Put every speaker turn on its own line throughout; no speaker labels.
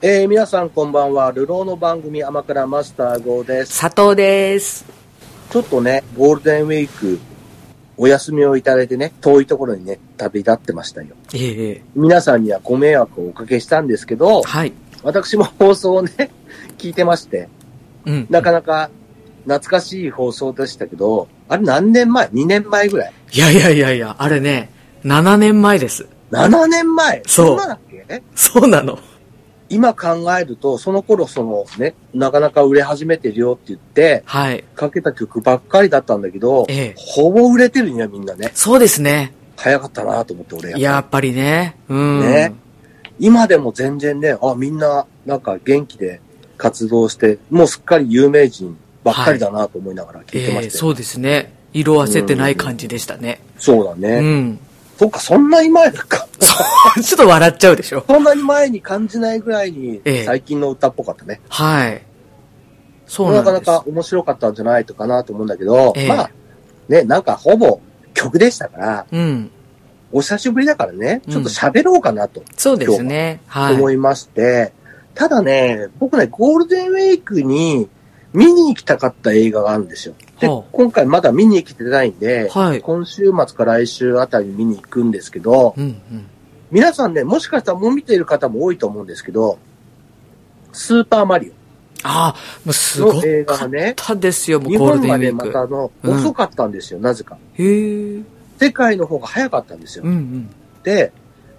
えー皆さんこんばんは。流浪の番組、甘辛マスター号です。
佐藤です。
ちょっとね、ゴールデンウィーク、お休みをいただいてね、遠いところにね、旅立ってましたよ。
ええ
皆さんにはご迷惑をおかけしたんですけど、
はい。
私も放送をね、 聞いてまして、
うん。
なかなか懐かしい放送でしたけど、あれ何年前 ?2 年前ぐらい
いやいやいやいや、あれね、7年前です。
?7 年前
そうん
なだっけ
そうなの。
今考えると、その頃そのね、なかなか売れ始めてるよって言って、
はい。
かけた曲ばっかりだったんだけど、
ええ
ほぼ売れてるにはみんなね、
そうですね。
早かったなと思って俺やっぱり
やっぱりね。うん。
ね今でも全然ね、あ、みんななんか元気で活動して、もうすっかり有名人ばっかりだなと思いながら聞い
え
てま
え
したよ。
そうですね。色あせてない感じでしたね。
そうだ
う
ね。
ん。
そっか、そんなに前だか。
そう、ちょっと笑っちゃうでしょ。
そんなに前に感じないぐらいに
ええ
最近の歌っぽかったね。
はい。そうな
なんか
で
な
す。
か面白かったんじゃないとかなと思うんだけど、
ええ
まあ、ね、なんかほぼ曲でしたから、
うん。
お久しぶりだからね、
うん
ちょっと喋ろうかなと
そうですね。は
思
い。
いまして、ただね、僕ね、ゴールデンウィークに見に行きたかった映画があるんですよ。で
はあ、
今回まだ見に来てないんで、
はい。
今週末か来週あたりに見に行くんですけど、
うんうん。
皆さんね、もしかしたらもう見ている方も多いと思うんですけど、スーパーマリ
ああ、もうす
オ
ご
の映画
か
が
っ
ね、
たですよ、も
日
うゴール
本
デンウ
はね、
ィ
ま
ー
た
ク。
あの、
うん
遅かったんですよ、なぜか。
へえ。
世界の方が早かったんですよ
うんう。ん。
で、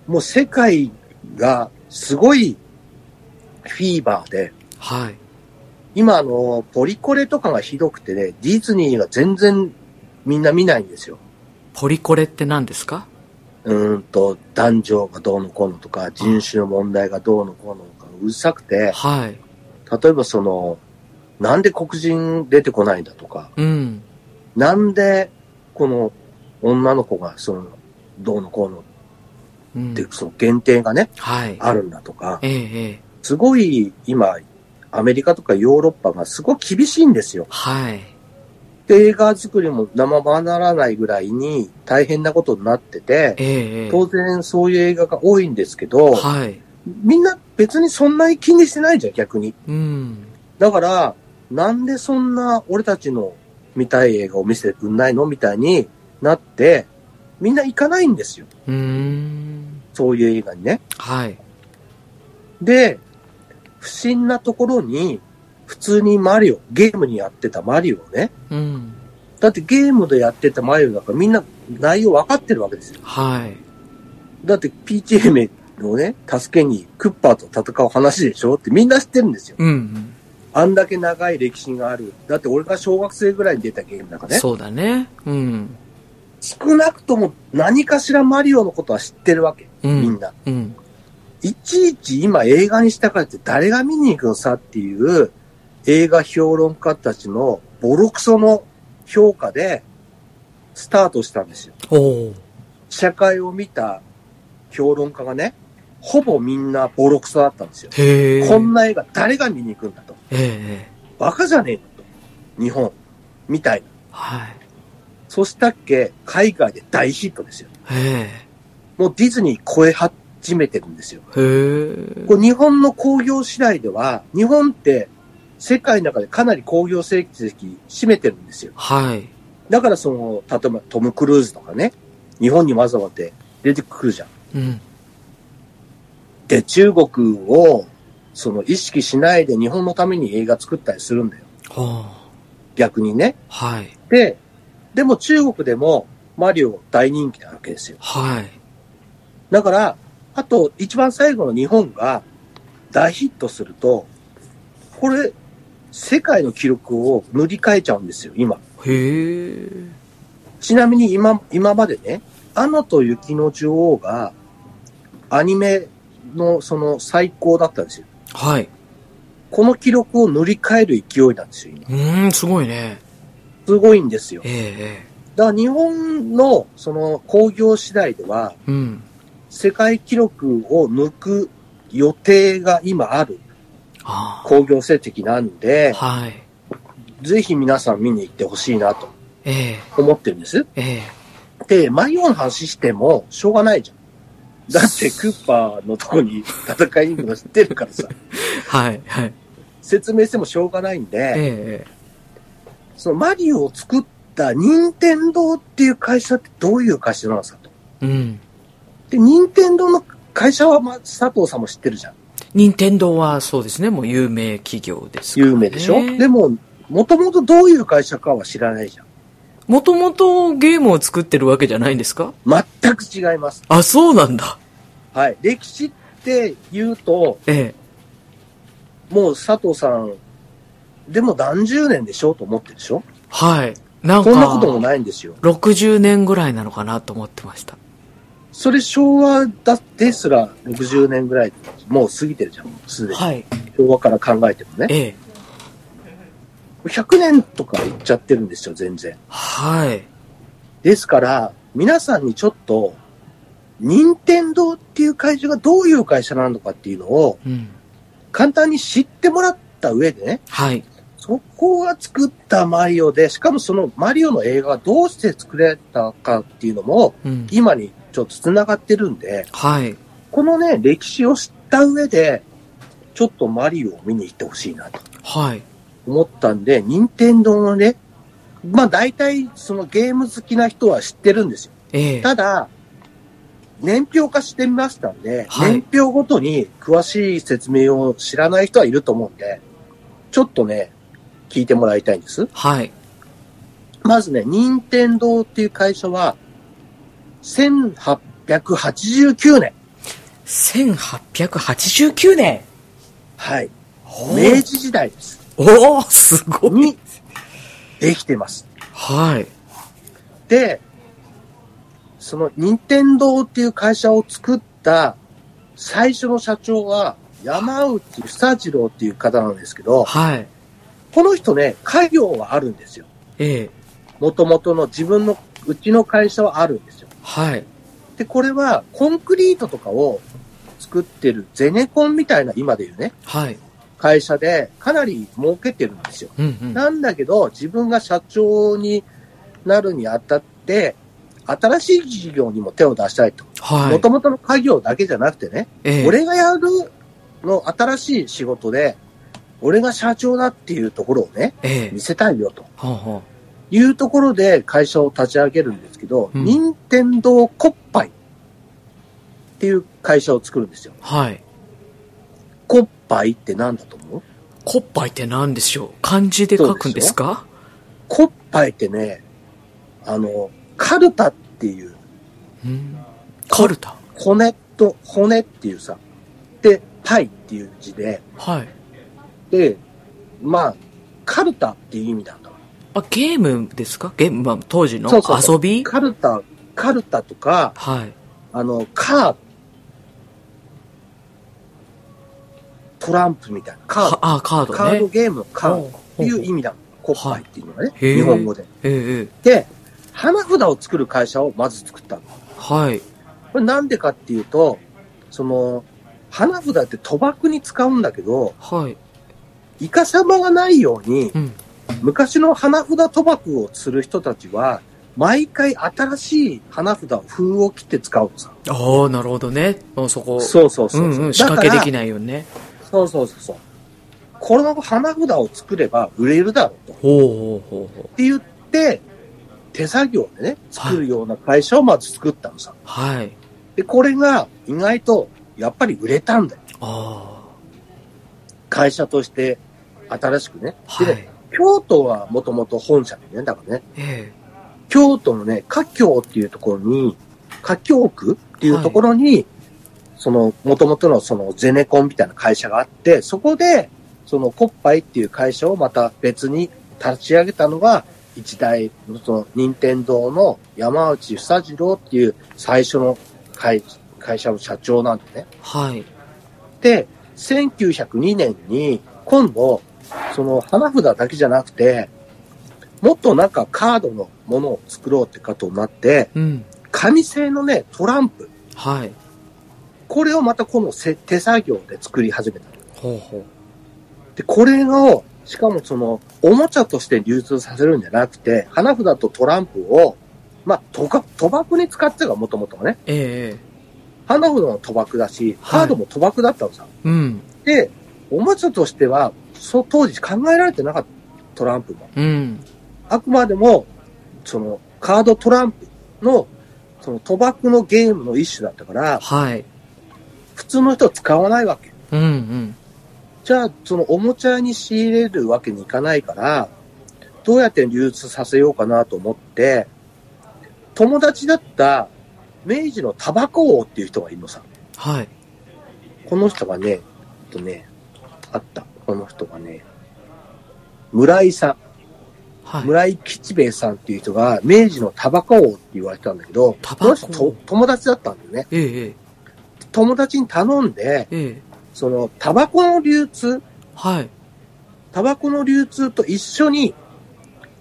もう世界がすごいフィーバーで、
はい。
今あの、ポリコレとかがひどくてね、ディズニーは全然みんな見ないんですよ。
ポリコレって何ですか
うーんと、男女がどうのこうのとか、人種の問題がどうのこうのとか、うるさくて、
はい。
例えばその、なんで黒人出てこないんだとか、
うん。
なんでこの女の子がその、どうのこうの
う
っ
ん
ていう、その限定がね、
はい。
あるんだとか、
ええええ
すごい今、アメリカとかヨーロッパがすごい厳しいんですよ。
はい。
で、映画作りも生まならないぐらいに大変なことになってて、
ええええ
当然そういう映画が多いんですけど、
はい。
みんな別にそんなに気にしてないじゃん、逆に。
うん。
だから、なんでそんな俺たちの見たい映画を見せてくんないのみたいになって、みんな行かないんですよ。
うーん。
そういう映画にね。
はい。
で、不審なところに、普通にマリオ、ゲームにやってたマリオをね、
うん。
だってゲームでやってたマリオだからみんな内容わかってるわけですよ。
はい。
だって PTM のね、助けにクッパーと戦う話でしょってみんな知ってるんですよ。
うん。
あんだけ長い歴史がある。だって俺が小学生ぐらいに出たゲームだからね。
そうだね。うん。
少なくとも何かしらマリオのことは知ってるわけ。
う
み
ん。
んな。
うん。
いちいち今映画にしたからって誰が見に行くのさっていう映画評論家たちのボロクソの評価でスタートしたんですよ。
おお。
試写会を見た評論家がね、ほぼみんなボロクソだったんですよ。
へえ。
こんな映画誰が見に行くんだと。
ええええ
バカじゃねえのと。日本。みたいな。
はい。
そしたっけ、海外で大ヒットですよ。
え
もうディズニー超え始めてるんですよ。
えへえ。
これ日本の工業次第では、日本って世界の中でかなり工業成績占めてるんですよ。
はい。
だからその、例えばトム・クルーズとかね、日本にわざわざ出てくるじゃん。
うん。
で、中国を、その意識しないで日本のために映画作ったりするんだよ。
ほう。
逆にね。
はい。
で、でも中国でもマリオ大人気なわけですよ。
はい。
だから、あと一番最後の日本が大ヒットすると、これ、世界の記録を塗り替えちゃうんですよ、今。
へえ。
ちなみに今、今までね、アナと雪の女王が、アニメのその最高だったんですよ。
はい。
この記録を塗り替える勢いなんですよ、今。
うーん、すごいね。
すごいんですよ。
えええ
だから日本のその工業次第では、
えうん。
世界記録を抜く予定が今ある
あ
工業成績なんで
あ。、はい。
ぜひ皆さん見に行ってほしいなと
ええ
思ってるんです。
ええ
で、マリオの話してもしょうがないじゃん。だ ってクッパーのとこに戦いに行くの知ってるからさ、
はい、はい。
説明してもしょうがないん
ええ
で、
ええ。
そのマリオを作った任天堂っていう会社ってどういう会社なのさと。
うん。
で、任天堂の会社は、ま、佐藤さんも知ってるじゃん。
任天堂はそうですね、もう有名企業ですから、ね。
有名でしょ、でも、もともとどういう会社かは知らないじゃん。
もともとゲームを作ってるわけじゃないんですか
全く違います。
あ、そうなんだ。
はい。歴史って言うと、
ええ。
もう佐藤さん、でも何十年でしょと思ってるでしょ
はい。なんか、
そんなこともないんですよ。
60年ぐらいなのかなと思ってました。
それ昭和だですら60年ぐらい、もう過ぎてるじゃん。すでに。
はい。
昭和から考えてもね。
ええ。
100年とかいっちゃってるんですよ、全然。
はい。
ですから、皆さんにちょっと、任天堂っていう会社がどういう会社なのかっていうのを、
うん。
簡単に知ってもらった上でね、
はい。
そこが作ったマリオで、しかもそのマリオの映画がどうして作れたかっていうのも、
うん。
今にちょっと繋がってるんで、
はい。
このね、歴史を知った上で、ちょっとマリオを見に行ってほしいなと
はい。
思ったんで、任天堂のね、まあ大体そのゲーム好きな人は知ってるんですよ。
ええ。
ただ、年表化してみましたんで、
はい
年表ごとに詳しい説明を知らない人はいると思うんで、ちょっとね、聞いてもらいたいんです。
はい。
まずね、任天堂っていう会社は、1889年、
1889年
はい、
おー
明治時代です。
おーすごい
に、できてます。
はい。
で、その任天堂っていう会社を作った最初の社長は山内久次郎っていう方なんですけど、
はい。
この人ね、家業はあるんですよ。
ええ。
もともとの自分の、うちの会社はあるんですよ。
はい。
で、これはコンクリートとかを作ってるゼネコンみたいな今で言うね、
はい。
会社でかなり儲けてるんですよ。
うんうん。
なんだけど、自分が社長になるにあたって、新しい事業にも手を出したいと。
は
も
い
と。もとの家業だけじゃなくてね、
ええ。
俺がやるの新しい仕事で、俺が社長だっていうところをね、
ええ
見。せたいよと
ほうほう。
いうところで会社を立ち上げるんですけど、
うん
任天堂コッパイっていう会社を作るんですよ。
はい。
コッパイって何だと思う
コッパイって何でしょう漢字で書くんですか
コッパイってね、あの、カルタっていう
うん。カルタ。
骨と骨っていうさ、で、パイっていう字で、
はい。
で、まあ、カルタっていう意味なんだわ
あ、ゲームですかゲーム、まあ、当時の
そうそうそう
遊び
カルタ、カルタとか、
はい。
あの、カー、トランプみたいな、カー
はあ、カード
ド、
ね。
カードゲームのカードっていう意
味。
味だ。コッパイっていうのがね、
へー
日本語で。
ええええ、
で、花札を作る会社をまず作ったの。
はい。
これなんでかっていうと、その、花札って賭博に使うんだけど、
はい。
イカ様がないように
う、ん。
昔の花札賭博をする人たちは、毎回新しい花札を封を切って使うのさ。
ああ、なるほどね。もうそこ。
そうそうそう。
んうん。仕掛けでき
な
な
い。
いようにね。
そうそうそうそう。この花札を作れば売れるだろうと。っ
ほうほうほうほう。
て言って、手作業でね、作るような会社をまず作ったのさ。
はい。
で、これが意外と、やっぱり売れたんだよ。
あ
会社として、新しくね。
あ。は
でね
い。
京都はもともと本社でね、だからね、
ええ。
京都のね、華僑っていうところに、華僑区っていうところに、その、もともとのそのゼネコンみたいな会社があって、そこで、そのコッパイっていう会社をまた別に立ち上げたのが、一代のその任天堂の山内久次郎っていう最初の会会社の社長なんでね。
はい。
で、1902年に、今度、その花札だけじゃなくて、もっとなんかカードのものを作ろうってことになって、
うん。
紙製のね、トランプ。
はい。
これをまたこのせ手作業で作り始めた。
ほうほう。
で、これを、しかもその、おもちゃとして流通させるんじゃなくて、花札とトランプを、まあ、賭博賭博に使ってたがもともとね、
ええええ。
花札も賭博だし、
はい
カードも賭博だったのさ。
うん。
で、おもちゃとしては、そ当時考えられてなかった、トランプも。
うん。
あくまでも、その、カードトランプの、その賭博のゲームの一種だったから、
はい。
普通の人は使わないわけ。
うんうん。
じゃあ、そのおもちゃに仕入れるわけにいかないから、どうやって流通させようかなと思って、友達だった明治のタバコ王っていう人がいるのさ。
はい。
この人がね、えっとね、あった。この人がね、村井さ
は
ん、
い。
村井吉兵衛さんっていう人が、明治のタバコ王って言われてたんだけど、
タ
この
バ
人
コ
と。友達だったんだよね。
ええええ
友達に頼んで、
ええ。
その、タバコの流通、
はい。
タバコの流通と一緒に、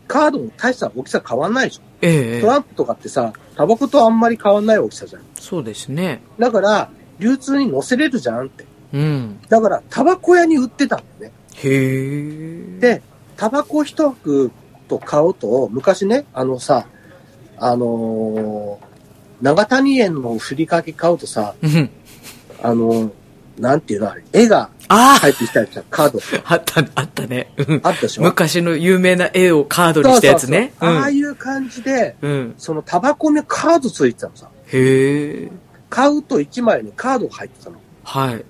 カードも大した大きさ変わんないでしょ。
えええ
ト
え。
ランプとかってさ、タバコとあんまり変わんない大きさじゃん。
そうですね。
だから、流通に乗せれるじゃんって。
うん。
だから、タバコ屋に売ってたんだよね。
へえ。
で、タバコ一箱と買うと、昔ね、あのさ、あのー長谷園のふりかけ買うとさ、
うん。
あのーなんていうのあれ、絵が
あ
入ってきた やつカード
ああった、あったね。うん
あったでしょ
昔の有名な絵をカードにしたやつね。
そうそうそうああ
ん。
いう感じで、
うん。
そのタバコにカードついてたのさ。
へえ。
買うと1枚にカードが入ってたの。
はい。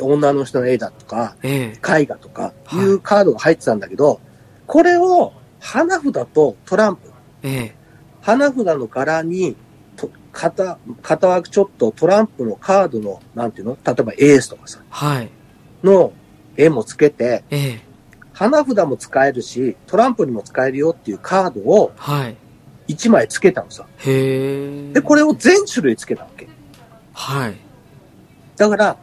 女の人の絵だとか、
ええ。
絵画とかい
は
うカードが入ってたんだけど、これを花札とトランプ、
ええ。
花札の柄に、と片、片枠ちょっとトランプのカードの、なんていうの例えばエースとかさ、
はい。
の絵もつけて、
ええ。
花札も使えるし、トランプにも使えるよっていうカードを
はい。
1枚つけたのさ。
へえ。
で、これを全種類つけたわけ。
はい。
だから、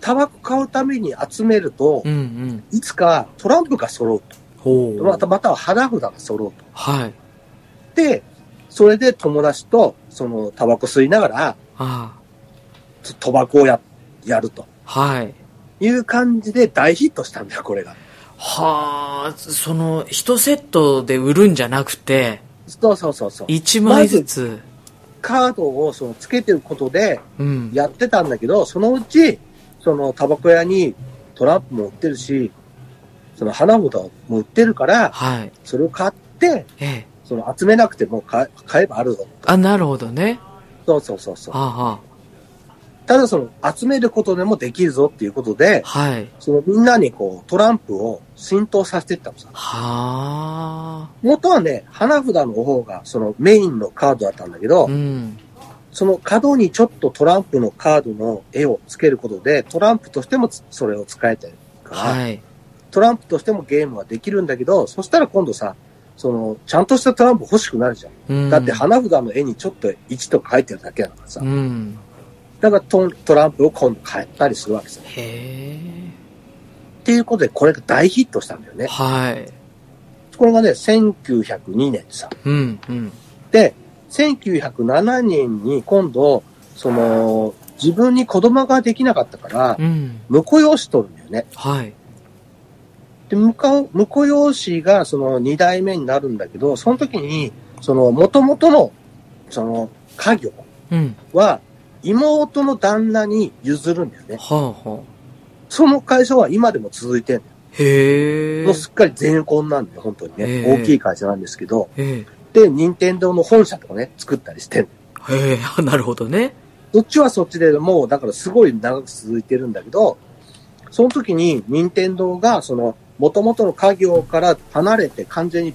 タバコ買うために集めると
う、んうん。
いつかトランプが揃う
ほ
と。
う。
また、または花札が揃うと。
はい。
で、それで友達と、その、タバコ吸いながら、
あ
ちょ賭博をや、やると
あ。はい。
いう感じで大ヒットしたんだよ、これが。
はあ、その、一セットで売るんじゃなくて、
そうそうそうそう。
一枚ずつ。
カードをそのつけてることで
うん。
やってたんだけど、そのうち、そのタバコ屋にトランプも売ってるし、その花札も売ってるから、
はい。
それを買って、
ええ。
その集めなくても買え買えばあるぞ。
あ、なるほどね。
そうそうそうそう。
あ
ただその集めることでもできるぞっていうことで
あ、、はい。
そのみんなにこうトランプを浸透させていったのさ。
はあ。
元はね、花札の方がそのメインのカードだったんだけど、
うん。
その角にちょっとトランプのカードの絵をつけることで、トランプとしてもつそれを使えてるから、
はい。
トランプとしてもゲームはできるんだけど、そしたら今度さ、その、ちゃんとしたトランプ欲しくなるじゃん。
うん。
だって花札の絵にちょっと1とか入ってるだけだからさ。
うん。
だからトトランプを今度買ったりするわけさ。
へ
っていうことで、これが大ヒットしたんだよ
え。
ね。
はい。
これがね、1902年さ。
うん、うん。
で、1907年に今度、その、自分に子供ができなかったから、
うん。
婿養子取るんだよね。
はい。
で、婿婿養子がその2代目になるんだけど、その時に、その元々の、その、家業
うん。
は、妹の旦那に譲るんだよね。
はあ、は
その会社は今でも続いてんの
あ。へえ。
もうすっかり全婚なんだよ、本当にね。
ええ
大きい会社なんですけど。
え
で、任天堂の本社とかね、作ったりしてんの
え。へえ。 あなるほどね。
そっちはそっちでもう、だからすごい長く続いてるんだけど、その時に任天堂がその元々の家業から離れて完全に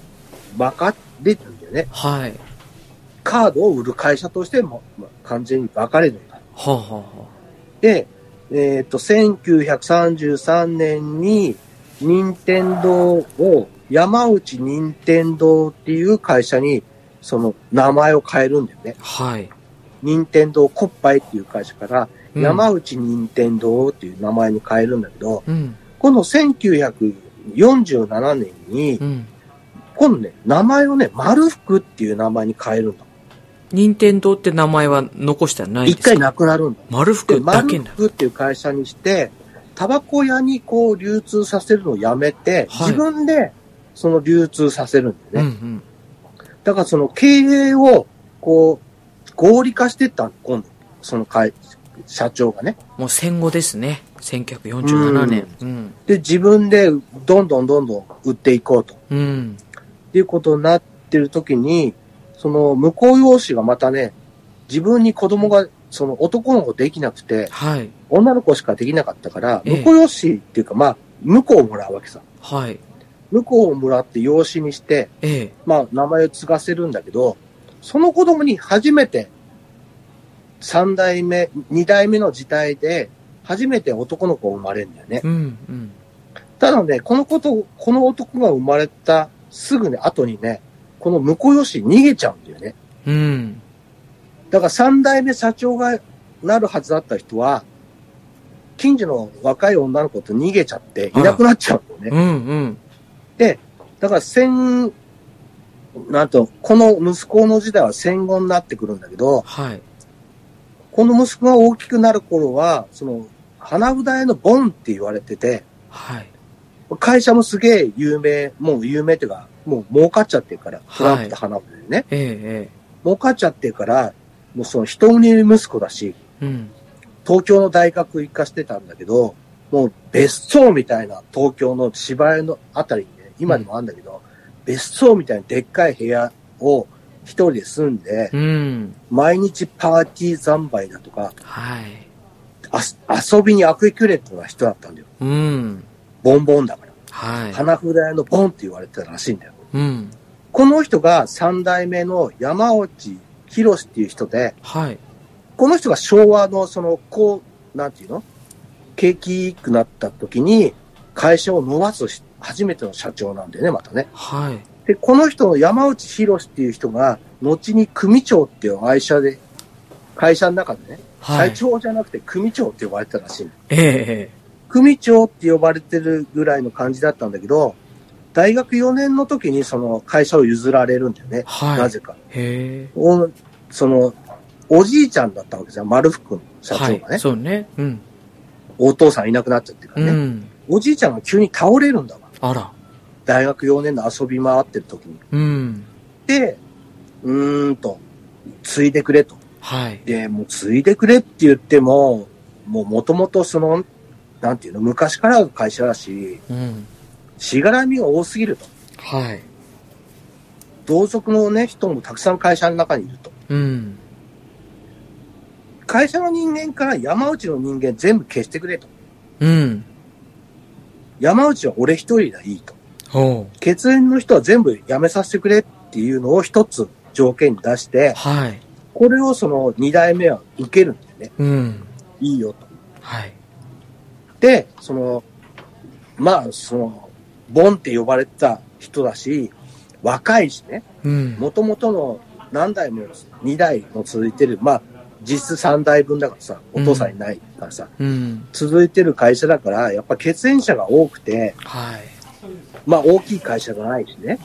分かれてるんだよね。
はい。
カードを売る会社としてもま完全に分かれるんだ。
はあ、はあ、は
で、えっ、と、1933年に任天堂を山内任天堂っていう会社にその名前を変えるんだよね。
あ。はい。
任天堂コッパイっていう会社から
うん
山内任天堂っていう名前に変えるんだけど、
うん。
今度1947年に、
うん。
今度ね、名前をね、丸福っていう名前に変えるんだ。
任天堂って名前は残してはないんで
一
すか
回なくなるんだ。
丸
で、
福だ
丸
けな。
福っていう会社にして、タバコ屋にこう流通させるのをやめて、
はい
自分でその流通させるんだ
うん、う
よね。
ん。
だからその経営をこう合理化していったの今度、その会社長がね。
もう戦後ですね。1947年。うん。
で、自分でどんどんどんどん売っていこうと。
うん。
っていうことになってる時に、その婿養子がまたね、自分に子供が、その男の子できなくて、
はい。
女の子しかできなかったから、
ええ
婿養子っていうか、まあ、婿をもらうわけさ。
はい。
婿をもらって養子にして、
ええ。
まあ、名前を継がせるんだけど、その子供に初めて、三代目、二代目の時代で、初めて男の子が生まれるんだよね。
うん。うん。
ただね、このこと、この男が生まれたすぐね、後にね、この婿養子逃げちゃうんだよね。
うん。
だから三代目社長がなるはずだった人は、近所の若い女の子と逃げちゃって、いなくなっちゃうんだよね。
うん。うん。
だから戦、なんと、この息子の時代は戦後になってくるんだけど、
はい。
この息子が大きくなる頃は、その、花札屋のボンって言われてて、
はい。
会社もすげえ有名、もう有名っていうか、もう儲かっちゃってるから、トランプと花札でね、
ええ。
儲かっちゃってるから、もうその一人息子だし、
ええ。うん。
東京の大学行かしてたんだけど、もう別荘みたいな東京の芝居のあたりにね、今でもあるんだけど、別荘みたいなでっかい部屋を一人で住んで、
うん。
毎日パーティー三昧だとか、
はい。
あす遊びにアクイキュレットな人だったんだよ。
うん。
ボンボンだから。
はい。
花札屋のボンって言われてたらしいんだよ。
うん。
この人が三代目の山内博っていう人で、
はい。
この人が昭和のその、こう、なんていうの景気良くなった時に、会社を伸ばすし初めての社長なんだよね、またね。
はい。
で、この人の山内博っていう人が、後に組長っていう会社で、会社の中でね、
はい。
社長じゃなくて組長って呼ばれてたらしいの。
ええ。
組長って呼ばれてるぐらいの感じだったんだけど、大学4年の時にその会社を譲られるんだよね。
はい。
なぜか。
へえ。
おその、おじいちゃんだったわけじゃん、丸福の社長が
は
ね。
い。そうね。うん。
お父さんいなくなっちゃってるか
う
らね。
ん。
おじいちゃんが急に倒れるんだわ。
あら。
大学4年の遊び回ってる時に。
うん。
で、うーんと、継いでくれと。
はい。
で、もう継いでくれって言っても、もう元々その、なんていうの、昔からの会社だし、
うん。
しがらみが多すぎると。
はい。
同族のね、人もたくさん会社の中にいると。
うん。
会社の人間から山内の人間全部消してくれと。
うん。
山内は俺一人がいいと。
ほう。
血縁の人は全部辞めさせてくれっていうのを一つ条件に出して、
はい。
これをその二代目は受けるんだよね。
うん。
いいよと。
はい。
で、その、まあ、その、ボンって呼ばれてた人だし、若いしね、
うん。
もともとの何代も二代も続いてる、まあ、実質三代分だからさ、お父さんいないからさ、
うん。
続いてる会社だから、やっぱ血縁者が多くて、
はい。
まあ大きい会社がないしね。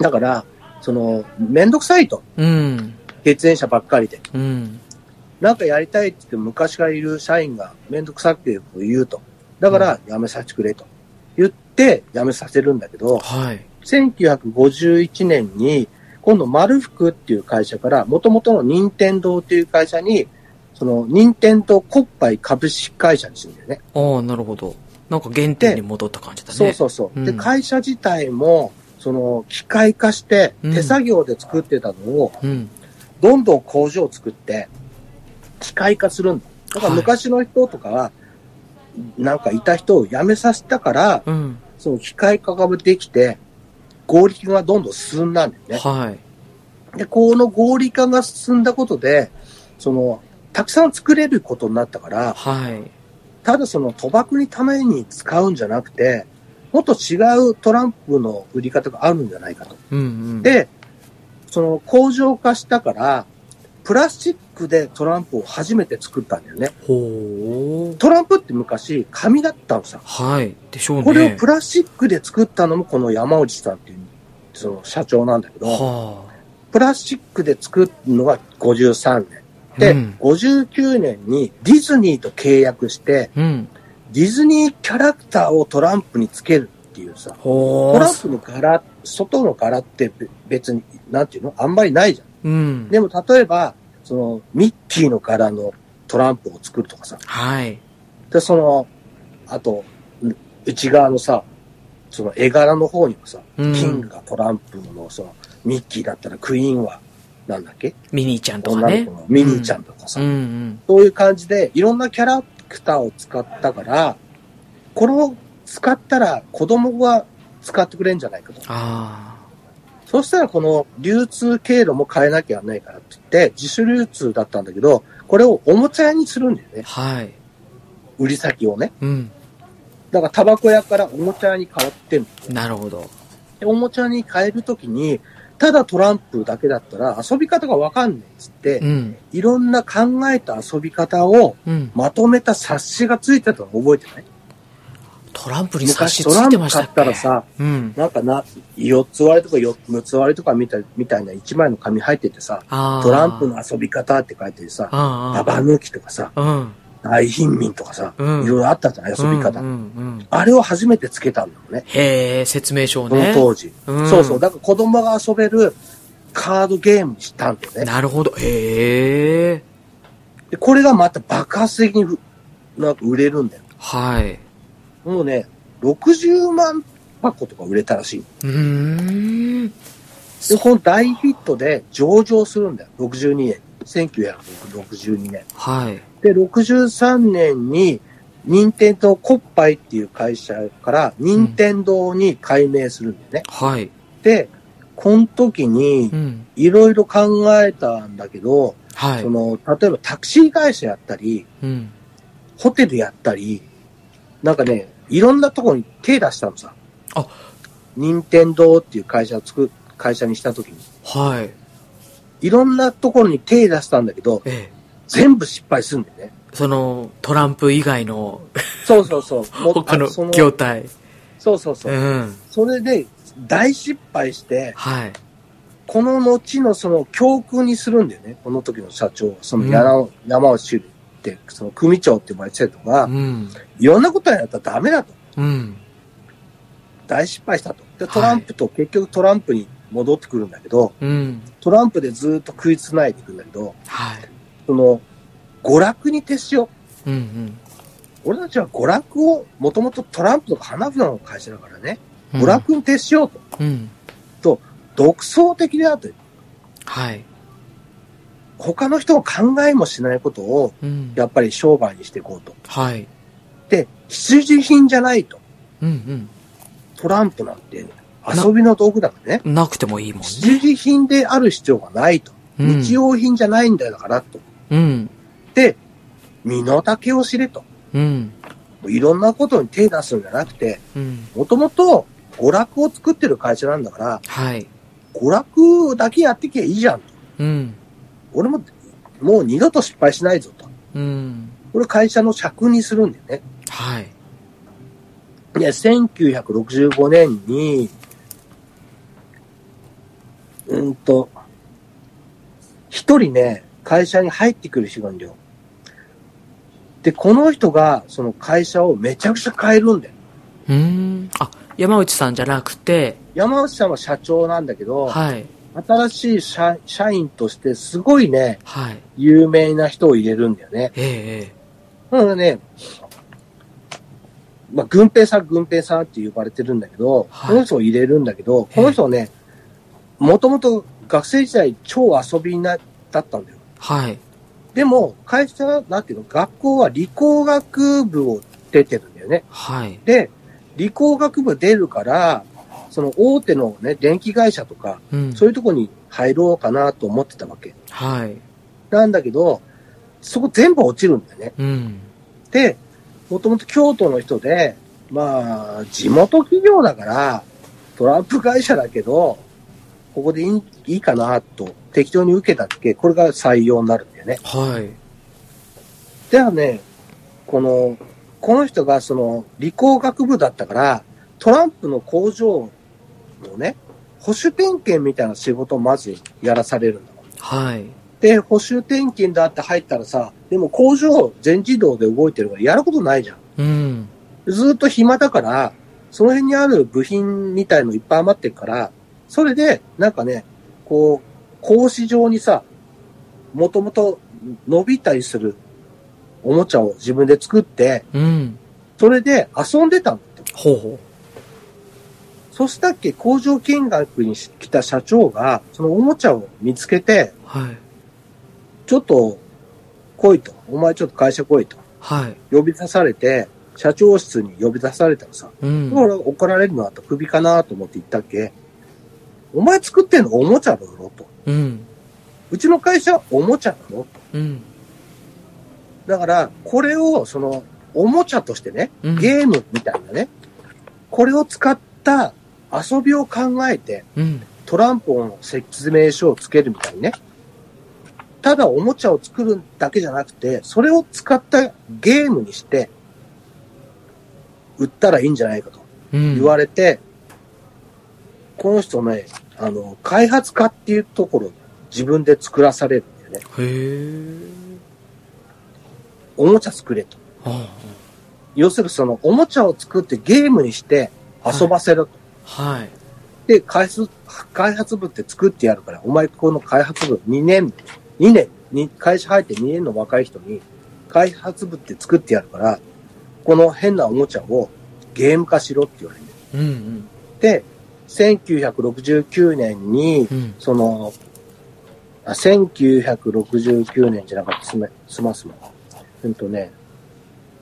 だから、その、めんどくさいと。
うん。
血縁者ばっかりで。
うん。
なんかやりたいって言って昔からいる社員がめんどくさくて言うと。だから辞めさせてくれと。言って辞めさせるんだけど、
はい。
1951年に、今度丸福っていう会社から、元々の任天堂っていう会社に、その、任天堂コッパイ株式会社にするんだよね。
ああ、なるほど。なんか原点に戻った感じだね。
そうそうそう。で、
うん
会社自体も、その、機械化して、
うん
手作業で作ってたのを、
う。うん。
どんどん工場を作って、機械化するんだ。だから
はい
昔の人とかは、なんかいた人を辞めさせたから、
うん。
その機械化ができて、合理化がどんどん進んだんだよね。
はい。
で、この合理化が進んだことで、その、たくさん作れることになったから、
はい。
ただその賭博にために使うんじゃなくて、もっと違うトランプの売り方があるんじゃないかと。
うんうん。、
で、その工場化したから、プラスチックでトランプを初めて作ったんだよね。
ほう。
トランプって昔紙だったのさ。
はい。でしょうね。
これをプラスチックで作ったのもこの山内さんっていう、その社長なんだけど、
はあ。
プラスチックで作るのが53年。で、
うん
59年にディズニーと契約して、
うん。
ディズニーキャラクターをトランプにつけるっていうさ、
ほう。
トランプの柄、外の柄ってべ別に、なんていうのあんまりないじゃん。
うん。
でも例えば、そのミッキーの柄のトランプを作るとかさ。
はい。
で、その、あと、う内側のさ、その絵柄の方にもさ、
うん
キングがトランプの、その、ミッキーだったらクイーンは、なんだっけ
ミニーちゃんとか
女の
ね
子。のミニーちゃんとかさ、
うんうん。
そういう感じで、いろんなキャラクターを使ったから、これを使ったら子供が使ってくれるんじゃないかと。
あ
そしたらこの流通経路も変えなきゃなんないからって言って、自主流通だったんだけど、これをおもちゃ屋にするんだよね
あ。。はい。
売り先をね。
うん。
だからタバコ屋からおもちゃ屋に変わってんの
なるほど。
でおもちゃ屋に変えるときに、ただトランプだけだったら遊び方がわかんないっつって
う、ん。
いろんな考えた遊び方を
うん。
まとめた冊子がついてたの覚えてない
トランプに差し
昔
つ
トラ
い
ン
て
プ
ましたっ
買っ
け
たらさ、
うん。
なんかな、4つ割りとか4六つ割りとかみたいみたいな1枚の紙入っててさ、
ああ。
トランプの遊び方って書いててさ、
あ
ババ抜きとかさ、
あ。うん。
大貧民とかさ、
うん
いろいろあったじゃない遊び方、
うんうんうん。
あれを初めてつけたんだもんね。
へえ、説明書を
その
ね。
当時。
うん
そうそう。だから子供が遊べるカードゲームにしたんだよね。
なるほど。へえ。
で、これがまた爆発的にふなんか売れるんだよ。
はい。
もうね、60万箱とか売れたらしい。
うーん。
で、この大ヒットで上場するんだよ。62年。1962年。
はい。
で、63年に、任天堂コッパイっていう会社から、任天堂に改名するんだよね。
はい。
で、この時に
う、ん。
いろいろ考えたんだけど、
はい
そ。の、例えばタクシー会社やったり、
うん。
ホテルやったり、なんかね、いろんなところに手出したのさ。
あ
任天堂っていう会社を作、会社にした時に。
はい。
いろんなところに手出したんだけど、
ええ。
全部失敗するんだよね。
その、トランプ以外の
そうそうそう。もっと
他の
そ
業態。
そうそうそうう。
ん。
それで、大失敗して、
はい。
この後のその教訓にするんだよね。この時の社長、その山,、山を知るって、その組長って呼ばれてたのが、
うん。
いろんなことやったらダメだと。
うん。
大失敗したと。で、
はい
トランプと、結局トランプに戻ってくるんだけど、
うん。
トランプでずっと食いつないでいくんだけど、
はい。
その、娯楽に徹しよう。
うんうん
俺たちは娯楽を、もともとトランプとか花札の会社だからね、
うん。
娯楽に徹しようと。
うん。
独創的であって、
はい。
他の人の考えもしないことを、
うん。
やっぱり商売にしていこうと。
はい。
で、必需品じゃないと。
うん
トランプなんて遊びの道具だからね。
うん。なくてもいいもんね。
必需品である必要がないと。
うん
日用品じゃないんだよだからと。
うん。
で、身の丈を知れと。
うん。
いろんなことに手出すんじゃなくて、
うん。
もともと娯楽を作ってる会社なんだから、
はい。
娯楽だけやってきゃいいじゃんと。
うん。
俺も、もう二度と失敗しないぞと。
うん。
これ会社の尺にするんだよね。
はい。
で、1965年に、うんと、一人ね、会社に入ってくる人がいるんだよ。で、この人が、その会社をめちゃくちゃ変えるんだよ。
うん。あ、山内さんじゃなくて、
山内さんは社長なんだけど、
はい。
新しい社社員としてすごいね、
はい。
有名な人を入れるんだよね。
ええ
なのでね、まあ、軍兵さん、軍兵さんって呼ばれてるんだけど、
はい
この人を入れるんだけど、
え
この人ね、もともと学生時代超遊びな、だったんだよ。
はい。
でも、会社、なんていうの、学校は理工学部を出てるんだよね。
はい。
で、理工学部出るから、その大手のね、電気会社とか、
うん。
そういうとこに入ろうかなと思ってたわけ。
はい。
なんだけど、そこ全部落ちるんだよね。
うん。
で、もともと京都の人で、まあ、地元企業だから、トランプ会社だけど、ここでいいいいかなと、適当に受けたっけ、これが採用になるんだよね。
はい。
ではね、この、この人がその理工学部だったから、トランプの工場のね、保守点検みたいな仕事をまずやらされるんだもん。
はい。
で、補修点検だって入ったらさ、でも工場全自動で動いてるからやることないじゃん。
うん。
ずっと暇だから、その辺にある部品みたいのいっぱい余ってるから、それで、なんかね、こう、格子状にさ、もともと伸びたりするおもちゃを自分で作って、
うん。
それで遊んでたんだって。
ほうほ
そしたっけ、工場見学に来た社長が、そのおもちゃを見つけて、
う。はい。
ちょっと来いと。お前ちょっと会社来いと。
はい。
呼び出されて、社長室に呼び出されたのさ。
うん。
俺怒られるのはと首かなと思って言ったっけ。お前作ってんのおもちゃだろと。
うん。
うちの会社はおもちゃだろと。
うん。
だから、これを、その、おもちゃとしてね、
うん
ゲームみたいなね、これを使った遊びを考えて、
うん。
トランポンの説明書をつけるみたいにね。ただおもちゃを作るだけじゃなくて、それを使ったゲームにして、売ったらいいんじゃないかと
うん。
言われて、この人ね、あの、開発家っていうところ、自分で作らされるんだよね。
へえ。
おもちゃ作れと。
は
要するにそのおもちゃを作ってゲームにして遊ばせろと。
あ。はい。
で、開発、開発部って作ってやるから、お前この開発部2年、2年、に会社入って2年の若い人に、開発部って作ってやるから、この変なおもちゃをゲーム化しろって言われ
うん
て、で、1969年に
う、ん。うん。
その、あ1969年じゃなかった、すめ、すますま。うんとね、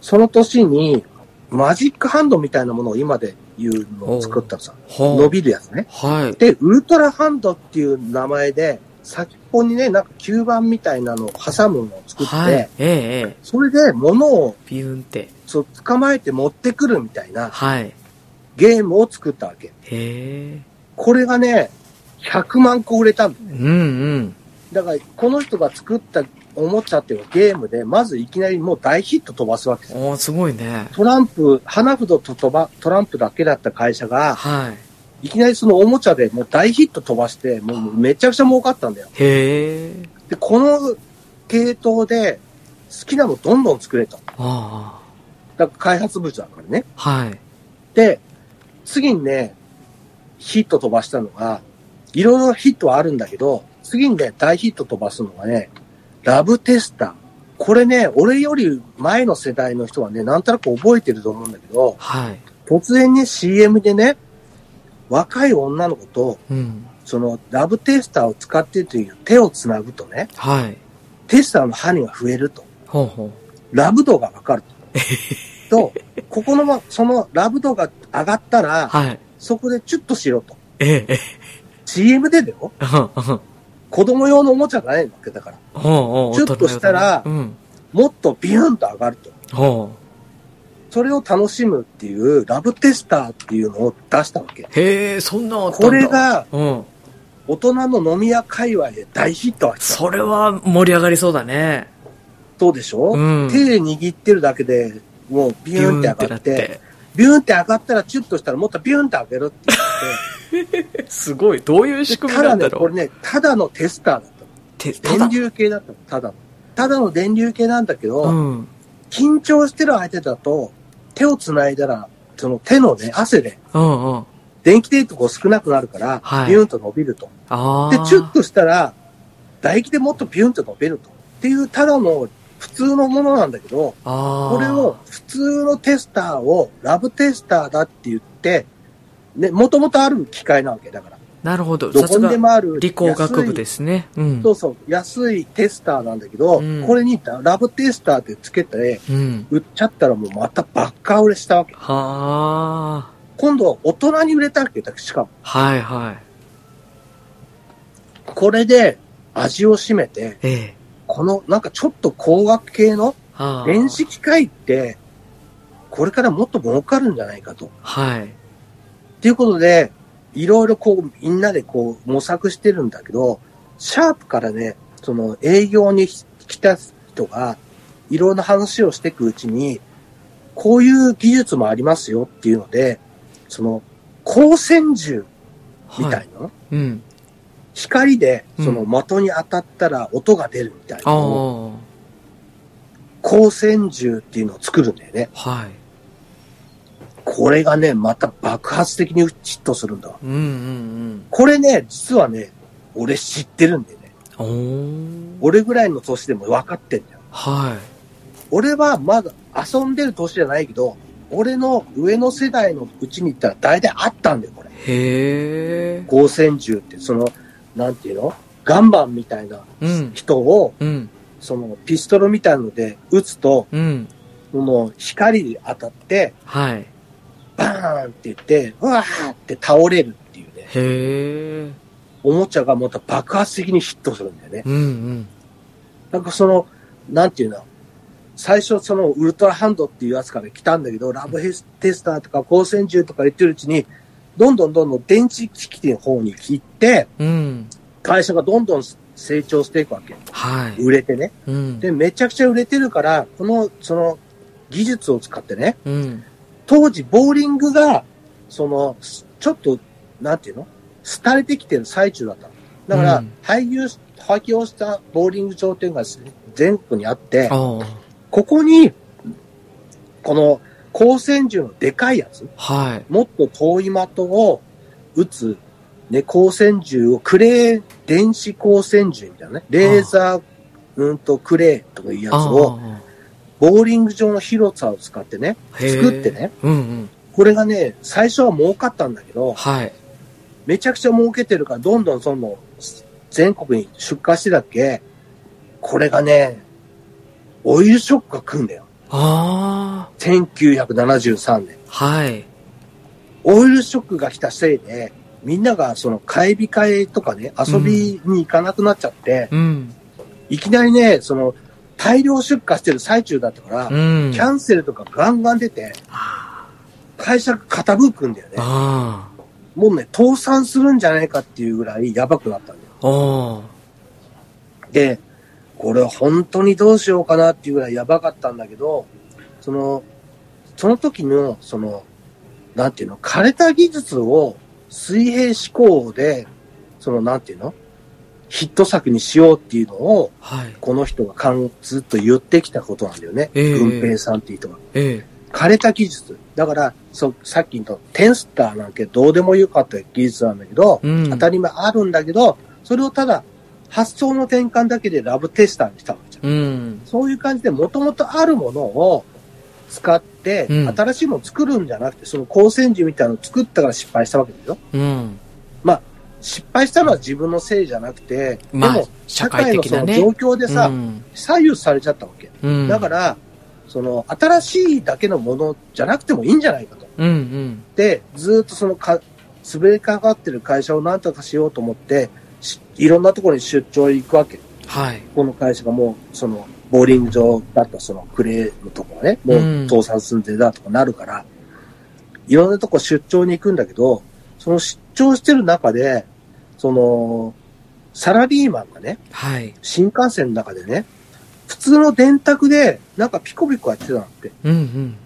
その年に、マジックハンドみたいなものを今で言うのを作ったのさ、
はあ。
伸。びるやつね。
はい。
で、ウルトラハンドっていう名前で、先っぽにね、なんか吸盤みたいなのを挟むのを作って、
はい。ええええ。
それで物を
ビューンって。
そう捕まえて持ってくるみたいな
はい。
ゲームを作ったわけ。
へえ。
これがね、100万個売れたんだ。
うんうん。
だから、この人が作ったおもちゃっていうゲームで、まずいきなりもう大ヒット飛ばすわけです。
おおすごいね。
トランプ、花札と飛ば、トランプだけだった会社が、
はい
きなりそのおもちゃでもう大ヒット飛ばして、もうめちゃくちゃ儲かったんだよ。
い。へえ。
で、この系統で好きなのどんどん作れと。
あ
だから開発部だからね。
あ。はい。
で、次にね、ヒット飛ばしたのが、いろいろヒットはあるんだけど、次にね、大ヒット飛ばすのがね、ラブテスター。これね、俺より前の世代の人はね、なんとなく覚えてると思うんだけど、
はい。
突然ね、CM でね、若い女の子と、
うん。
その、ラブテスターを使ってという手をつなぐとね、
はい。
テスターの針が増えると。
ほうほう。
ラブ度がわかると。と、ここのま、そのラブ度が上がったら、
はい。
そこでチュッとしろと。
ええええ。
CM でだよ。
うんうん。
子供用のおもちゃじゃないわけだから。
ほうほう。
ちょっとしたら
うん。
もっとビューンと上がると。
ほ
それを楽しむっていう、ラブテスターっていうのを出したわけ。
う。へえ、そんなのあったんだ
これ、が、
うん。
大人の飲み屋界隈で大ヒットはした。
それは盛り上がりそうだね。
そうでしょ、
うん
手で握ってるだけで、もうビューンって上がって、。ビューンって上がったらチュッとしたらもっとビューンって上げるって言っ
すごい。どう いう仕
て。
組み
た
な
だ
んだ
ね、
ろ
こ
う。
れね、ただのテスターだった。
てただ
電流系だったの、ただの。ただの電流系なんだけど、
うん。
緊張してる相手だと、手を繋いだら、その手のね、汗で、
うんうん。
電気抵抗少なくなるから、
はい
ビューンと伸びると。
ああ。
で、チュッとしたら、唾液でもっとビューンと伸びると。っていう、ただの普通のものなんだけど、
ああ。
これを、普通のテスターを、ラブテスターだって言って、ね、もともとある機械なわけだから。
なるほど。
ど
さ
こ
す
に
が
で、もある。
理工学部
す
ですね。うん。
そうそう、安いテスターなんだけど、
うん
これにラブテスターってつけて、
うん。
売っちゃったらもうまたバッカ売れしたわけ。
はあ。
今度は大人に売れたわけだ、しかも。
はいはい。
これで味を占めて、
ええ。
このなんかちょっと工学系の
はあ。
電子機械って、これからもっと儲かるんじゃないかと。
はい。
っていうことで、いろいろこう、みんなでこう、模索してるんだけど、シャープからね、その営業に来た人が、いろんな話をしていくうちに、こういう技術もありますよっていうので、その、光線銃みた
はい
なの、
うん。
光で、
うん
その的に当たったら音が出るみたいな
あ
のを、
あ。
光線銃っていうのを作るんだよね。
はい。
これがね、また爆発的にヒットするんだわ。
うんうん
これね、実はね、俺知ってるんだよね。
うん。おお。
俺ぐらいの年でも分かってんだよ。
は
俺はまだ遊んでる年じゃないけど、俺の上の世代のうちに行ったら大体あったんだよ、これ。
へえ。
光線銃って、その、なんていうのガンバンみたいな
うん。
人を、
うん。そ
そのピストルみたいので撃つと、
うん。
もう光に当たって、
はい。
バーンって言って、うわーって倒れるっていうね。
へえ。
おもちゃがまた爆発的にヒットするんだよね。
うんうん。
なんかその、なんていうの最初そのウルトラハンドっていうやつから来たんだけど、ラブヘステスターとか光線銃とか言ってるうちに、どんどんどんどん電池機器の方に切って、
うん。
会社がどんどん成長していくわけ。
はい。
売れてね。
うん。
で、めちゃくちゃ売れてるから、この、その、技術を使ってね、
うん。
当時ボーリングが、その、すちょっと、なんていうの廃れてきてる最中だったの。だから、
うん
廃業し、廃業したボーリング場っていうのが全国にあって、
ああ。
ここに、この、光線銃のでかいやつ、
はい。
もっと遠い的を撃つ、ね、光線銃をクレー、電子光線銃みたいなね、レーザー、うんとクレーとかいうやつ
あ
を、
あ。
ボーリング場の広さを使ってね、
へえ
作ってね。
うんうん。
これがね、最初は儲かったんだけど、
はい。
めちゃくちゃ儲けてるから、どんどんどんどん全国に出荷してたっけ、これがね、オイルショックが来るんだよ。
あ
1973年。
あ。はい。
オイルショックが来たせいで、みんながその買い控えとかね、遊びに行かなくなっちゃって、
うん。
いきなりね、その大量出荷してる最中だった
う
から、
ん。
キャンセルとかガンガン出て、
あ
会社が傾くんだよ
あ。
ね。
ああ。
もうね、倒産するんじゃないかっていうぐらいやばくなったんだよ。
おー
で、これ本当にどうしようかなっていうぐらいやばかったんだけど、その、その時の、その、なんていうの、枯れた技術を水平思考で、その、なんていうの、ヒット作にしようっていうのを、
はい。
この人がかんずっと言ってきたことなんだよね。
ええ
軍平さんっていう人が。
ええ。
枯れた技術。だから、そさっきのテンスターなんてどうでもよかった技術なんだけど、
うん。
当たり前あるんだけど、それをただ発想の転換だけでラブテスターにしたわけじゃん。
うん。
そういう感じで元々あるものを使って、
うん
新しいものを作るんじゃなくて、その光線銃みたいなのを作ったから失敗したわけでしょ
うん。
失敗したのは自分のせいじゃなくて、
ま
で
あ
も、
社
社
会
会の
的
そ
な
の
ね。
状況でさ、
うん
左右されちゃったわけ。
うん。
だか、ら、その新しいだけのものじゃなくてもいいんじゃないかと。
うんうん。
で、ずーっとそのか、滑りかかってる会社を何とかしようと思って、しいろんなところに出張行くわけ。
はい。
この会社がもう、その、ボーリング場だったそのクレーのとこがね、も
うん
う倒産寸前だとかなるから、いろんなとこ出張に行くんだけど、その出張してる中で、その、サラリーマンがね、
はい。
新幹線の中でね、普通の電卓で、なんかピコピコやってたのって、
うん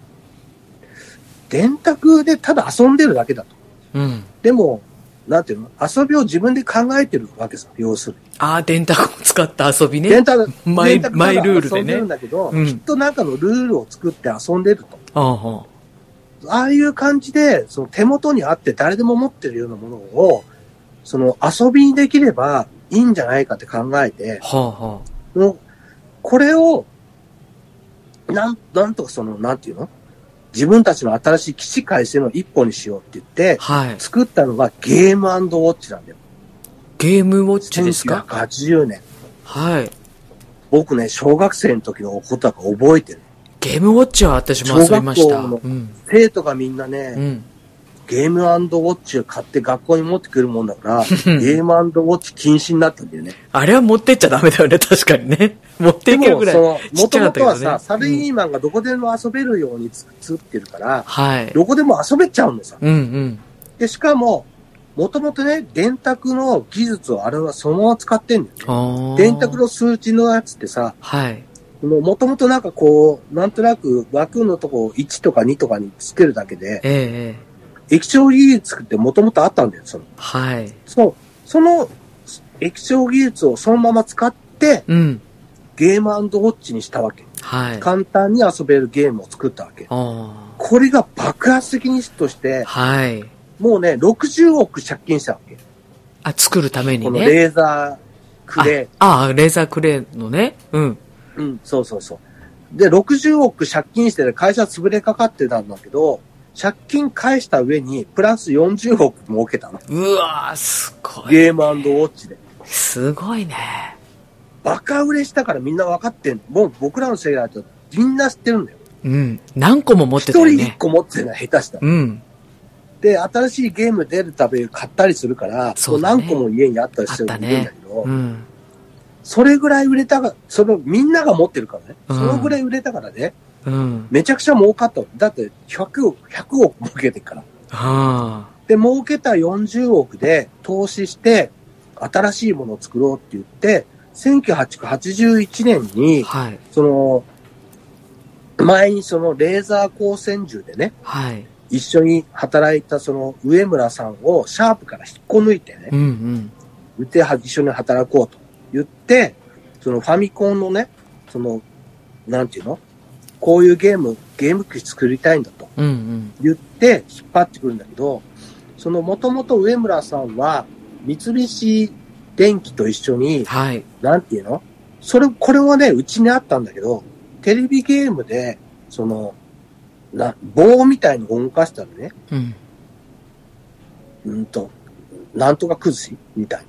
電卓でただ遊んでるだけだと。
うん。うん。
でも、なんていうの遊びを自分で考えてるわけさ、要するに。
ああ、電卓を使った遊びね
電。卓、
マイ
電卓
マイルールで
遊んでるん
ね。
だけど、
うん
きっとなんかのルールを作って遊んでると。
ああ、
ああいう感じで、その手元にあって誰でも持ってるようなものを、その遊びにできればいいんじゃないかって考えて、
はあ、は
もうこれを、なん、なんとかその、なんていうの自分たちの新しい起死回生の一歩にしようって言って
あ。、はい。
作ったのがゲームウォッチなんだよ。
ゲームウォッチですか
?1980 年。
はい。
僕ね、小学生の時のことが覚えてる。
ゲームウォッチは私も遊びました。
小学
う
校
ん。
生徒がみんなね、
うん。
ゲームウォッチを買って学校に持ってくるもん だから、ゲームウォッチ禁止になったんだよね。
あれは持ってっちゃダメだよね、確かにね。持って
で
いける
も
ぐ、ら
そ
い。ち
の、
っ
も
ちゃ
と
かった
もと
けどね
はさ、サラリーマンがどこでも遊べるようにつ作ってるから、
はい。
どこでも遊べちゃうんですよ。
うんうん。
で、しかも、もともとね、電卓の技術をあれはそのまま使ってんだよね。
ああ。
電卓の数値のやつってさ、
はい。
もともとなんかこう、なんとなく枠のとこを1とか2とかにつけるだけで、
ええええ。
液晶技術ってもともとあったんだよ、その。
はい。
そう。その液晶技術をそのまま使って、
うん。
ゲームウォッチにしたわけ。
はい。あ
簡単に遊べるゲームを作ったわけ。
あ。
これが爆発的にヒットして、
はい。
もうね、60億借金したわけ。
あ、作るために
この
ね。
レーザークレ
ああ、レーザークレーンのね。うん。
ー。うん、そうそうそう。で、60億借金してて会社潰れかかってたんだけど、借金返した上に、プラス40億儲けたの。
うわー、すごい。
ゲームウォッチで。
すごいね。
バカ売れしたからみんな分かってんの。もう僕らの世代だとみんな知ってるんだよ。
うん。何個も持っ
一
てたよ
人一
ね。
個持ってない下手したら。
うん。
で、新しいゲーム出るたび買ったりするから、
そうだね
も何個も家にあったりしてると思うんだけど、
うん。
それぐらい売れたが、そのみんなが持ってるからね。
うん
そのぐらい売れたからね、
うん。
めちゃくちゃ儲かったの。だって100億、100億儲けてるから。
あ
で、儲けた40億で投資して、新しいものを作ろうって言って、1981年
あ。
に、
はい。
その、前にそのレーザー光線銃でね、
はい。
一緒に働いたその上村さんをシャープから引っこ抜いてね
う、んうん。
うては一緒に働こうと言って、そのファミコンのね、その、なんていうのこういうゲーム、ゲーム機作りたいんだと
うんうん。
言って引っ張ってくるんだけど、そのもともと上村さんは三菱電機と一緒に、
はい。
なんていうのそれ、これはね、うちにあったんだけど、テレビゲームで、その、な、棒みたいのを動かしたらね、
うん。
うんと、なんとか崩しみたい